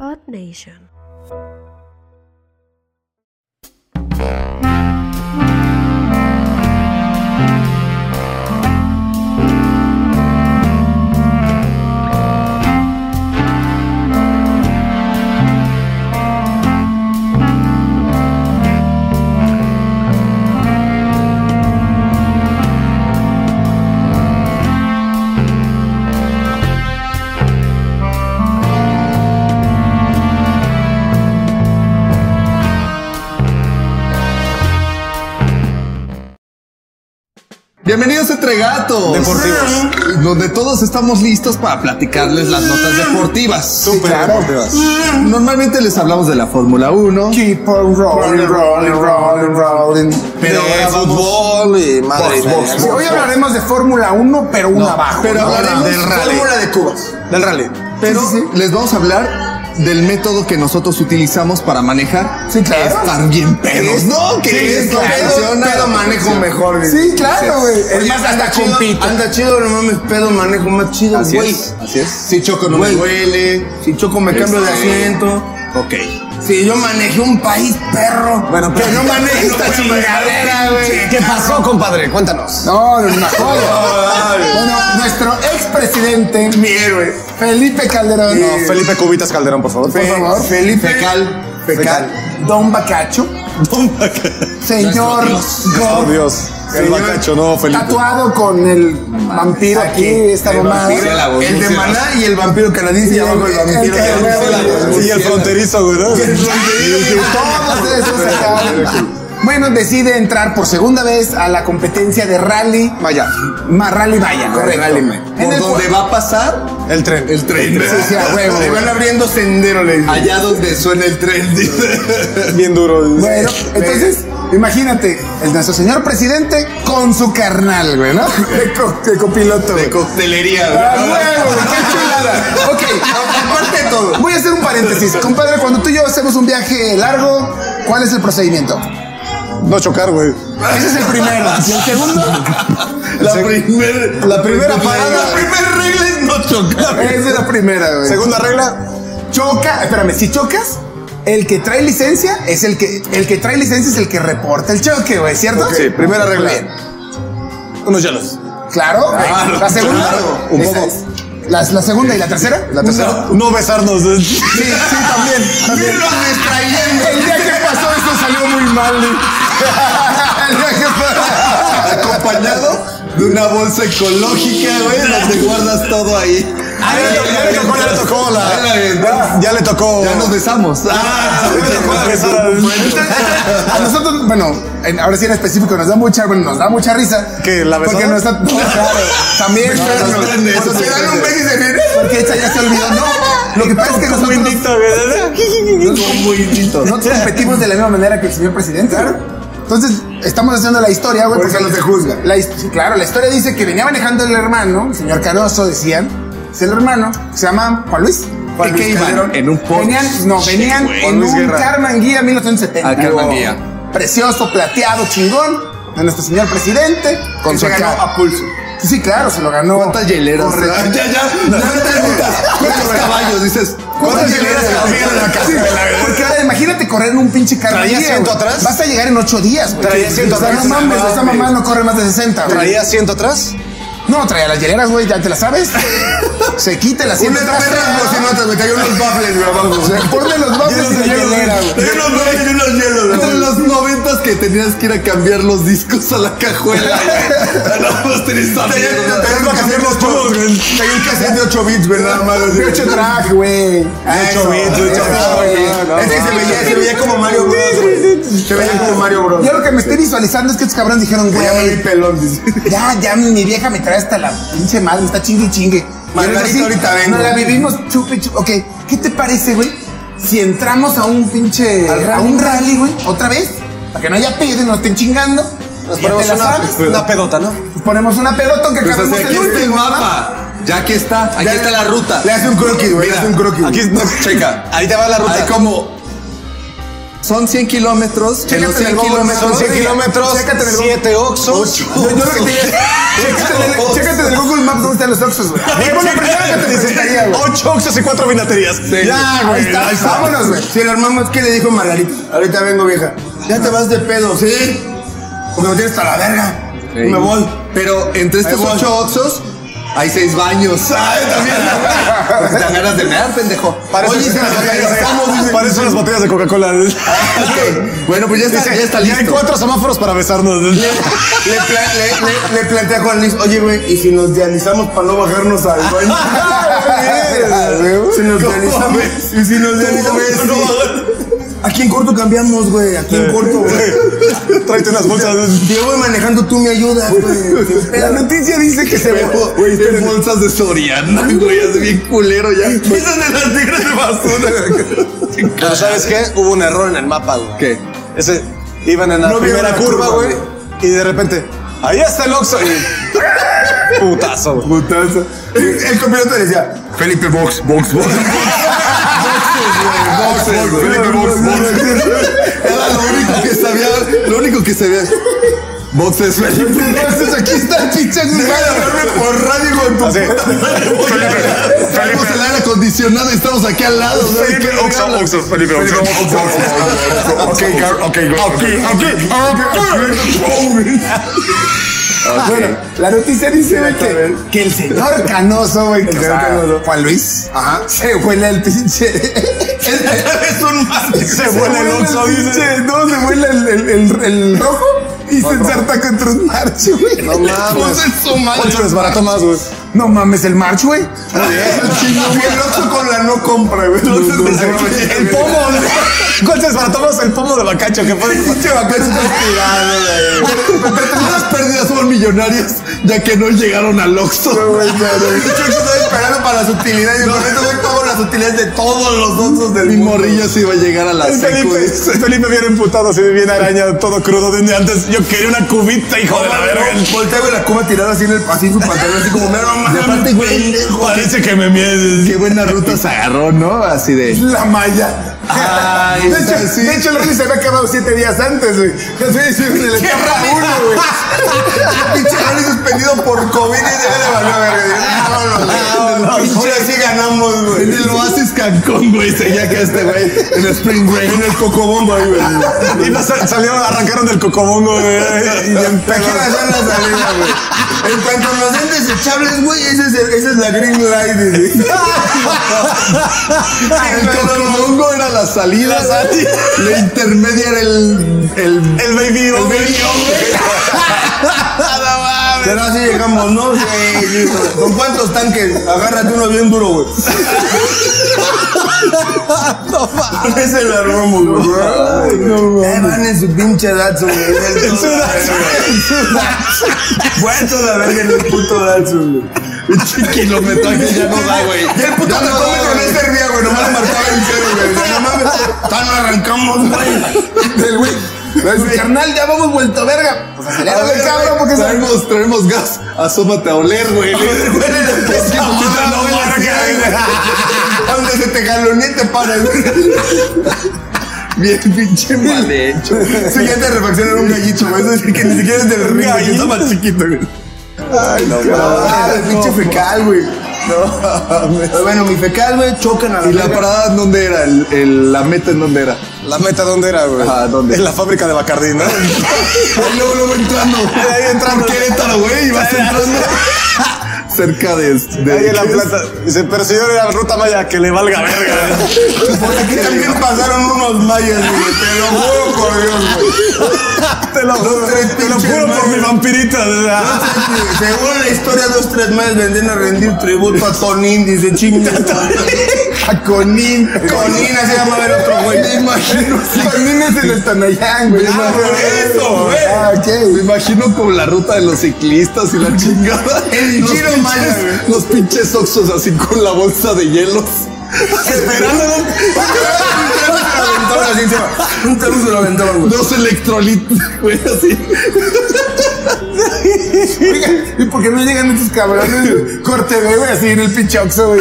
Earth Nation. Bienvenidos a Entre Gatos. Deportivos. Donde todos estamos listos para platicarles las notas deportivas. Súper Sí, claro. deportivas. Normalmente les hablamos de la Fórmula 1, Keep on rolling, rolling, rolling, rolling. Pero De ahora vamos- fútbol y madre Box, box, mía. box, Hoy box. hablaremos de Fórmula 1, pero una abajo. pero ¿no? hablaremos del rally. Fórmula de Cuba. Del rally. pero Sí, sí, les vamos a hablar del método que nosotros utilizamos para manejar. Sí, claro. Estar bien pedos, ¿no? Que Sí, es lo que claro. funciona. pedo manejo mejor. güey. Sí, claro, güey. Es Oye, más, anda hasta chido, compito. Anda chido, no mames, pedo manejo más chido, Así güey. es, así es. Si choco no Güey. me duele. Si choco me cambio de Este- asiento. Ok. Si yo manejé un país, perro. Bueno, que pero- no maneje Esta esta chingadera, güey. ¿Qué pasó, compadre? Cuéntanos. No, no, no. bueno, nuestro expresidente. Mi héroe. Felipe Calderón. No, Felipe Cubitas Calderón, por favor. Fe- por favor. Felipe- Fecal. Fecal. Don Bacacho. Señor Oh, God. Dios. El Señor Bacacho, no, Felipe. Tatuado con el vampiro aquí, esta el mamada. murciélago, El de murciélago. Maná y el vampiro canadiense y abajo el El- vampiro el- el- canadiense. el- Y el fronterizo, güey. ¿no? Todos esos acá. Bueno, decide entrar por segunda vez a la competencia de rally. Vaya. Ma- rally Vaya, correcto. Rally Maya. En Por el donde cual- va a pasar El tren. el tren. Sí, sí, a huevo. Se van abriendo sendero, le digo. Allá donde suena el tren. Bien duro. dice. Bueno, entonces, imagínate, el nuestro señor presidente con su carnal, güey, ¿no? De, co- de copiloto. güey. De coctelería. ¡A güey. huevo! ¡Qué chulada! Ok, aparte de todo, voy a hacer un paréntesis. Compadre, cuando tú y yo hacemos un viaje largo, ¿cuál es el procedimiento? No chocar, güey. Ese es el primero. ¿Y el segundo? La, primer- la primera parada. La primera regla es no chocar. Esa es la primera, güey. Segunda regla. Choca, espérame, si chocas, el que trae licencia es el que el que trae licencia es el que reporta el choque, güey, ¿cierto? Sí, primera regla. Bien. Unos hielos. Claro. güey. Claro, la segunda. claro. Un Esa poco. es. La, la segunda y la tercera. La tercera. No besarnos. Sí, sí, también. también. El día que pasó esto salió muy mal. güey. El día que pasó. Acompañado de una bolsa ecológica, güey, donde guardas todo ahí. Ah, ya le tocó, ya le tocó, ya le tocó la- Ah. Ahí la ventana. Ya le tocó. Ya nos besamos. Ah, ya le tocó la besada. A nosotros, bueno, en- ahora sí en específico nos da mucha, bueno, nos da mucha risa. ¿Qué, la besada? Porque no está, no, claro, también, No, claro, no está en eso, cuando te no dan está un en beso y se viene, porque esta ya se olvidó, no, lo que pasa es que nosotros, nosotros competimos de la misma manera que el señor presidente, entonces estamos haciendo la historia, güey, Por eso no se juzga. la his- sí, claro, la historia dice que venía manejando el hermano, el señor Canoso, decían, es el hermano, se llama Juan Luis. Juan ¿Y qué Luis iban? Calderón en un Porsche. Venían, no, venían güey. en Luis un Guerra. Carman Guía 1970. Ah, Karmann Wow. Guía. Precioso, plateado, chingón. De nuestro señor presidente. Con que su se ganó acá. a pulso. Sí, claro, se lo ganó. ¿Cuántas hieleras? Correcto. Ah, Ya, ya. ya no te preguntas, ¿Cuántos caballos? Dices. ¿Cuántas hieleras hieleras? había en la casa? Porque ahora imagínate correr en un pinche carro. ¿Traía asiento atrás? Vas a llegar en ocho días, güey. ¿Traía asiento O sea, atrás? Ah, No mames, esta mamá no corre más de 60. güey. ¿Traía asiento atrás? No, traía las hieleras, güey, ya te las sabes. Se quita Una la asiento perra, atrás. no, si no, te- me cayó unos baffles, güey, abajo. Ponle los baffles y la hielera, güey. Entre los noventas que tenías que ir a cambiar los discos a la cajuela. güey. No, pues, tenías esa mierda. que hacer los tubos, güey. Tenían que hacer de 8 bits, güey, Ah, nada más. así. De hecho track, güey. Eso, bits, eso, de ocho bits. güey. No, no, Es que se no. veía- se veía como Mario Bros. Se veía como Mario Bros. Yo lo que me estoy visualizando es que estos cabrones dijeron, Ya me vi güey, pelón. dice. ya, ya mi vieja me trae hasta la pinche madre, me está chingue y chingue. Margarita, ahorita vengo. No la vivimos chupe chupe. Ok, ¿qué te parece, güey? Si entramos a un pinche. a un rally, güey, otra vez, para que no haya pedo y nos estén chingando. Nos ponemos una, Una pedota, ¿no? ponemos una pedota que este Pues acabemos hacia aquí el está el último, ¿verdad? mapa. Ya aquí está, aquí Ya- está la ruta. Le hace un croquis, güey. Le Mira, hace un croquis. Aquí güey. checa. Ahí te va la ruta. Hay como Son 100 kilómetros. En los 100 Chécate el Google Maps, kilómetros. son 100 kilómetros, Chécate en el Google- 7 oxos. Yo- yo lo que te diría- Chécate en el- Chécate en el Google Maps dónde están los Oxxos, güey. Es la primera que te presentaría, güey. 8 oxos y 4 vinaterías. Ya, Ahí güey. está, ahí está. Vámonos, güey. Si el armamos, ¿qué le dijo Margarita? Ahorita vengo, vieja. Ya te vas de pedo, ¿sí? Porque me tienes hasta la verga. Ey. Me voy. Pero entre estos voy. 8 oxos hay 6 baños. ¿Sabes? También. Porque te dan ganas de mear, pendejo. Para eso Oye, son se las nos botellas de- regresamos, para eso son las botellas de Coca-Cola. Ah, Ok, Bueno, pues ya está, ya está Ya hay listo. cuatro semáforos para besarnos. Le, pla- le- le- le planteé a Juan Luis, oye, güey, ¿y si nos dializamos "Oh, para no bajarnos al baño? si nos dializamos. Y si nos dializamos. No, no, Aquí en corto cambiamos, güey. Aquí en corto, güey. Tráete unas bolsas. Yo voy manejando, tú me ayudas, güey. Sin pedo. noticia dice que se bajó. Güey, está en bolsas de Soriana, güey, es bien culero ya. Esas de las negras de basura. Pero ¿sabes qué? Hubo un error en el mapa, güey. ¿Qué? Ese, iban en la No vieron primera la curva, curva, güey. Y de repente, ahí está el Oxxo. Y... Putazo, güey. Putazo. El copiloto decía, Felipe Box, Box, Box. Boxes, güey. Felipe Box, Box. Era lo único que sabía, lo único que sabía. Boxes, Felipe. Boxes, aquí está el pinche Por radio con tu Así. Tenemos el aire acondicionado y estamos aquí al lado. ¿sabes qué? Oxxo, Oxxo, Felipe Oxxo. Ok, Gar- ok, Gar- Bueno, la noticia dice güey, que, que el señor Canoso, güey, que o señor sea, Canoso. Juan Luis, se huele el pinche. Es un mal. Se vuela el huele Oxxo, el dice. pinche- No, se huele el, el, el- el rojo y se ensarta contra un march, güey. No mames. Oxxo desbarató más, güey. No mames, el march, güey. Ah, El Oxxo con la no compra, güey. El pomo. ¿Cuál se desbarató más? El pomo de Bacacho. Que fue Pero todas las pérdidas son millonarias, ya que no llegaron al Oxxo. Yo estoy esperando para las utilidades. Yo con esto güey pago las utilidades de todos los Oxxos del Mi mundo. morrillo se iba a llegar a la El secu. Este Felipe, el Felipe bien emputado, así bien araña, todo crudo desde antes. Yo quería una cubita, hijo de la verga. Volteo y la cuba tirada así en el así en su pantalón, así como, mira, mamá. Y aparte, güey, Parece que me miedes. qué buena ruta se agarró, ¿no? Así de. La malla. Ay, de, hecho, sí. de hecho, el Ronnie se había acabado siete días antes, güey. Entonces, sí, le tapa uno, güey. Pinche Ronnie suspendido por COVID y ya le valió verga. Vámonos, güey. Ahora sí ganamos, güey. En el Oasis Cancún, güey, seguía que este güey. En el Spring Break. En el Cocobombo, güey. Y la sal- salieron, arrancaron del cocobongo, güey. Y ya Aquí va a empezaron. ser la salida, güey. En cuanto nos den desechables, güey, esa es, el- esa es la green light. güey. El Cocobongo era la salida. La intermedia era el. el El baby, el güey. baby Pero así llegamos, ¿no? Sí, hijo. ¿Con cuántos tanques? Agárrate uno bien duro, güey. No es el arromo, güey. Ahí van en su pinche Datsun, güey. En su Datsun. Vuelto la verga en el puto Datsun, güey. hombre. Kilometraje ya no da, güey. Y el puto Ya me no come da, con güey. este día, güey. Nomás marcaba en cero, güey. No mames, tan arrancamos, güey. Del güey. Pues, Carnal, ya vamos vuelto verga. Pues acelera, A ver, güey, cabrón, porque se traemos, traemos gas. Asómate a oler, güey. No, güey, así, güey. Donde se te jaloneé, te paras, güey. Bien pinche mal hecho. Siguiente refacción era un gallito, güey. Eso es que ni siquiera es del ring, güey. Está más chiquito, güey. Ay, no, mames. Ah, pinche fecal, güey. No, bueno, mi fecal, güey, chocan a la ¿Y la verga. parada en dónde era? El- el- ¿La meta en dónde era? La meta, ¿dónde era, güey? Ajá, ¿dónde? En la fábrica de Bacardí, ¿no? Ahí luego, luego entrando. Ahí entrando. Por Querétaro, güey. Y vas entrando. Cerca de. este, de Ahí en la plata. Dice, pero si yo era ruta maya, que le valga verga. Por aquí también pasaron unos mayas, güey. Te lo juro por Dios, güey. Te lo juro, tres te lo pinches juro por mayas. mi vampirita. o sea. Según la historia, dos, tres mayas vendían a rendir tributo a Tonín, dice chinga. a Conin. Tonín, así va a haber otro, güey. Me imagino. Conin es en el Tonayán, güey. Ah, por eso, güey. Ah, Me ok. imagino como la ruta de los ciclistas y la chingada. El Los Giro pinches- Maya, güey. Los pinches oxos así con la bolsa de hielos. Esperando un aventón, así se va. Un tarugo lo aventón, güey. Dos electrolitos, güey, así. Oiga, ¿y por qué no llegan estos cabrones? Corte B, güey, así en el pinche Oxxo, güey.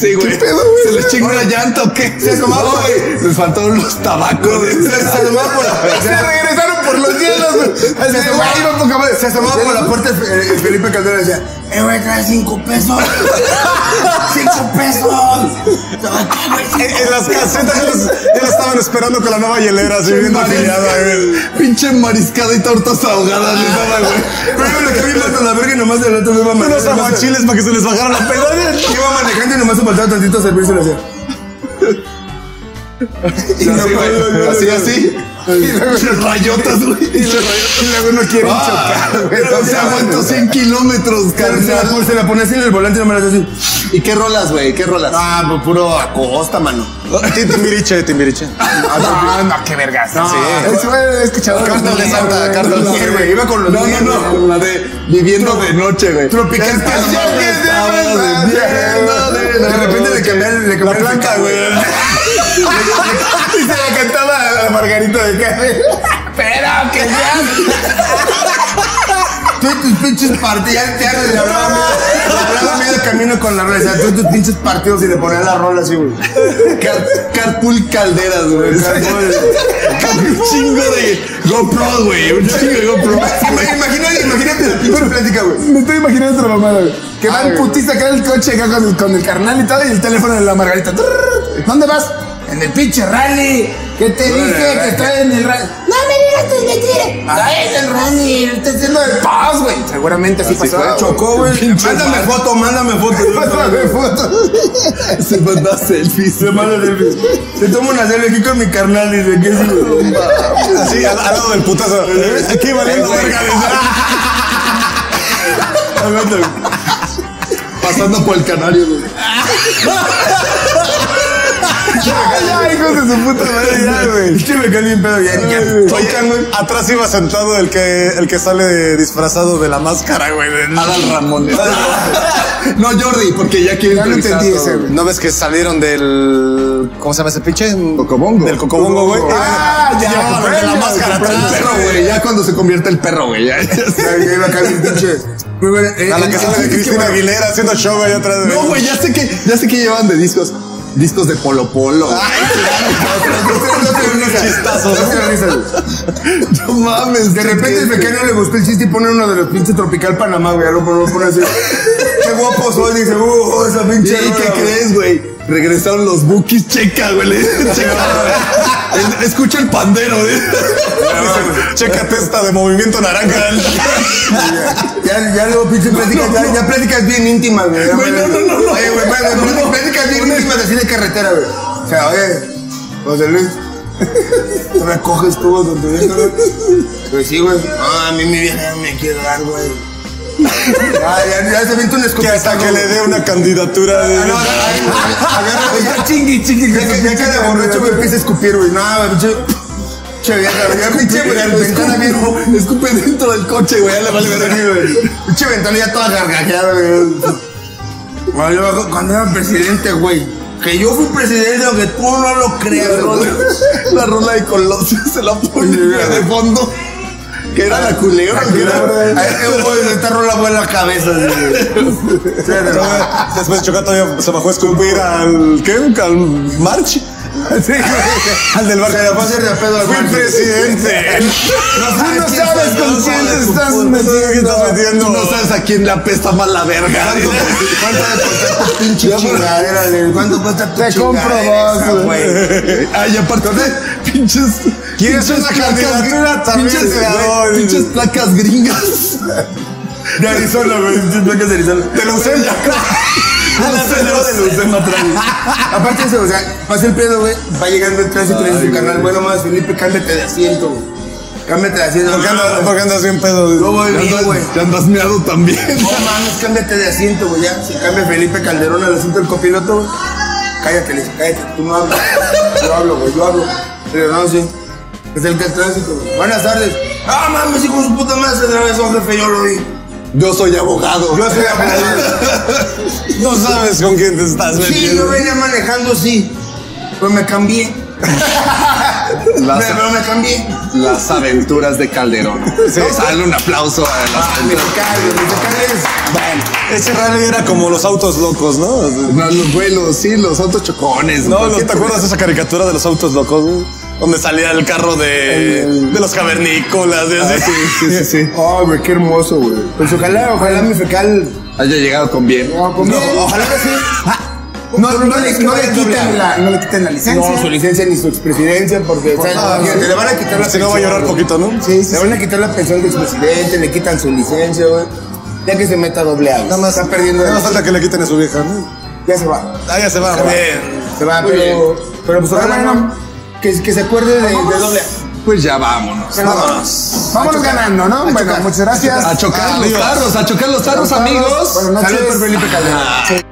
Sí, güey. ¿Qué pedo, güey? ¿Se les chingó la llanta o qué? Se asomaron. Güey, Les faltaron los tabacos. Se asomaba por la, Se regresaron por los cielos, güey. Así se de, asomaba- güey, iba poca madre. se asomaba por la puerta eh, Felipe Calderón y decía, eh, güey, trae cinco pesos. cinco pesos. En, en las casetas ya, los- ya la estaban esperando con la nueva hielera, así bien afiliada, güey. Pinche mariscada y tortas ahogadas. les daba, güey. Pero lo que a mí me mata la verga y nomás del otro me iba Unos manejando. aguachiles para que se les bajara la peda. Iba manejando y nomás se faltaba tantito servicio y le hacía. Y así, güey. Así, así. Pinches rayotas, güey. Y luego no quieren Ah, chocar, güey. pero se aguantó 100 kilómetros, Pero se la, carnal. pon- se la ponía así en el volante y no me la hacía así. ¿Y qué rolas, güey? ¿Qué rolas? Ah, pues puro acosta, mano. Y Timbiriche, Timbiriche. Ah, No, no, qué vergas. No, Ese güey era escuchador. Cartas de Santa, cartas de Sí, güey, iba con los No, niños, no, no. La de viviendo de noche, güey. Tropical Pasión, que se llama esa. De repente le cambiaron, le cambiaron la placa, güey. Y se la cantaba a la Margarita de Café. Espera, que ya. Tú y tus pinches partidos, ya te hagas, le hablaba medio- le hablaba medio camino con la reza. Tú y tus pinches partidos y le ponía la rola así, güey. Car- Carpool calderas, güey. Un chingo de GoPro, güey. Un chingo de GoPro. Imagínate, imagínate la pinche plática, güey. Me estoy imaginando otra mamada, güey. Que va Ay, el putista acá en el coche acá con, el- con el carnal y todo y el teléfono de la margarita. Trrr. ¿Dónde vas? En el pinche rally. Que te dije que está en el rally. No me digas tus mentiras. Ah, es el rally. Está haciendo de paz, güey. Seguramente así, pasó. fue, Chocó, güey. Mándame foto, mándame foto. Se manda selfies. Se manda selfie. Se toma una selfie aquí con mi carnal y dice, ¿qué es eso? Así, al, al lado del putazo. Aquí valiendo verga. Aguanta, güey. Pasando por el canario, güey. Ay, hijos de su puta madre, ya, güey. Es que me cae bien pedo, ya, ya. Oye, atrás iba sentado el que, el que sale disfrazado de la máscara, güey. de- Adal Ramón. No, Jordi, porque ya quiere Ya lo entrevistar entendí todo, ese, güey. güey. ¿No ves que salieron del. ¿Cómo se llama ese pinche? Cocobongo. Del Cocobongo, güey. Ah, ya, Llevaban los de la comprendo, máscara El atrás, perro, güey. Ya cuando se convierte el perro, güey. ya- Ya, ya iba acá bien pinche. Muy buena. eh, A la que eh, sale de es que, Cristina güey, Aguilera haciendo show allá atrás, No, güey, ya sé que, ya sé que llevan de discos. Discos de Polo Polo. güey. no te rías, no te Chistazos. rías, no te rías, güey. No mames. De repente el pequeño le gustó el chiste y pone uno de los pinches Tropical Panamá, güey. Ya lo pone, lo pone así. Qué guapo soy, dice, uh, oh, esa ¿Y pinche. rola, qué güey. crees, güey? Regresaron los bookies, checa, güey. le dicen, Checa, güey. El- Escucha el pandero, ¿eh? güey. Checa testa de movimiento naranja. Ya, ya luego pinche pláticas, ya, ya pláticas bien íntimas, güey. Güey, no, no, no, no. Oye, güey, güey, güey, plati- No. pláticas bien íntimas así de carretera, güey. O sea, oye, José Luis, ¿tú recoges tubos donde ves, güey? Pues sí, güey. Ah, a mí mi vieja me quiere dar, güey. Ah, ya, ya se viento un Que escopetazo. hasta que le güey. dé una candidatura Ah, no, de. ay, güey, agarra, Pues güey, ya chingui, chingui. Ya que ya que de borracho me empieza a escupir, güey. Nada, pinche... Che, vieja, güey, ya pinche, güey, ventana bien... Escupe, escupe dentro del coche, güey. Ya le vale verga. Pinche ventana ya toda gargajeada, güey. Bueno, yo me acuerdo Cuando era presidente, güey. Que yo fui presidente, aunque tú no lo La creas, güey. rola, la rola de Colosio se la pone Oye, güey, de fondo. Que era la culebra, que era. Ay, eh, güey, Esta rola fue en la cabeza, güey. Sí, no. Después Chocato ya se bajó a escupir al. ¿Qué? Al March. Al del barrio. Se la fue a hacer de a pedo al Fui March. presidente. Ay, No qué sabes con espantoso, quién de te su estás puta metiendo. ¿Qué estás metiendo? No sabes a quién le apesta más la verga. pues, ¿Cuánto me costó tu pinche chingadera, güey? ¿Cuánto cuesta tu Te compro chingadera dos, esa, güey. Ay, aparte, pinches. ¿Quieres pinches una candidatura? También pinches, te la güey, doy. pinches placas gringas. De Arizona, güey. Pinches placas de Arizona. Te lo sé ya. Ah, la señora de los demás atrás, güey. Aparte de eso, o sea, pasa el pedo, güey. Va llegando el tránsito y le dice su canal, bueno, más Felipe, cámbiate de asiento, güey. Cámbiate de asiento. ¿Por qué andas- No, por qué andas bien pedo? voy Ya bien, güey. andas, ya andas meado también. No mames, cámbiate de asiento, güey. Ya, se cambia Felipe Calderón al asiento del copiloto, güey. Cállate, le dice, cállate, tú no hablas. Yo hablo, güey, yo hablo. Pero no, sí. Es el que el tránsito, güey. Buenas tardes. Ah, mames, hijo de su puta madre, se atravesó, jefe, yo lo vi. Yo soy abogado. Yo soy abogado. No sabes con quién te estás Sí, metiendo. yo venía manejando, sí. Pues me cambié. Las, Pero me cambié. las aventuras de Calderón. Vamos a darle un aplauso a las Ah, Mis aventuras. cales, mis cales. Bueno, ese rally era como los autos locos, ¿no? O sea, No, los vuelos, sí, los autos chocones. No, güey. ¿no te acuerdas de esa caricatura de los autos locos, güey? Donde salía el carro de, El- de los cavernícolas. y así. Ah, Sí, sí, sí. Oh, güey, qué hermoso, güey. Pues ojalá, ojalá mi fecal. Haya llegado con bien. No, con bien, ojalá que sí. Ah, No, no, no le, les- no no le les quitan doblen. la, no le quitan la licencia. No, su licencia ni su expresidencia, porque o sea, nada, imagínate, Ah, sí. Ah, le van a quitar la Si no, va a pensión, llorar güey. poquito, ¿no? Sí, sí, Le sí. van a quitar la pensión de expresidente, le quitan su licencia, güey. Ya que se meta doble A. Nada más está perdiendo. Nada más falta que le quiten a su vieja, ¿no? Ya se va. Ah, ya se va. Bien. Se va, Muy pero. Pero pues ojalá no. Que, que se acuerde de, de doble A. Pues ya vámonos. Vámonos. Vámonos ganando, ¿no? Bueno, chocar. muchas gracias. A chocar los Adiós. tarros, a chocar los tarros, amigos. Buenas noches. Saludos por Felipe Calderón. Sí.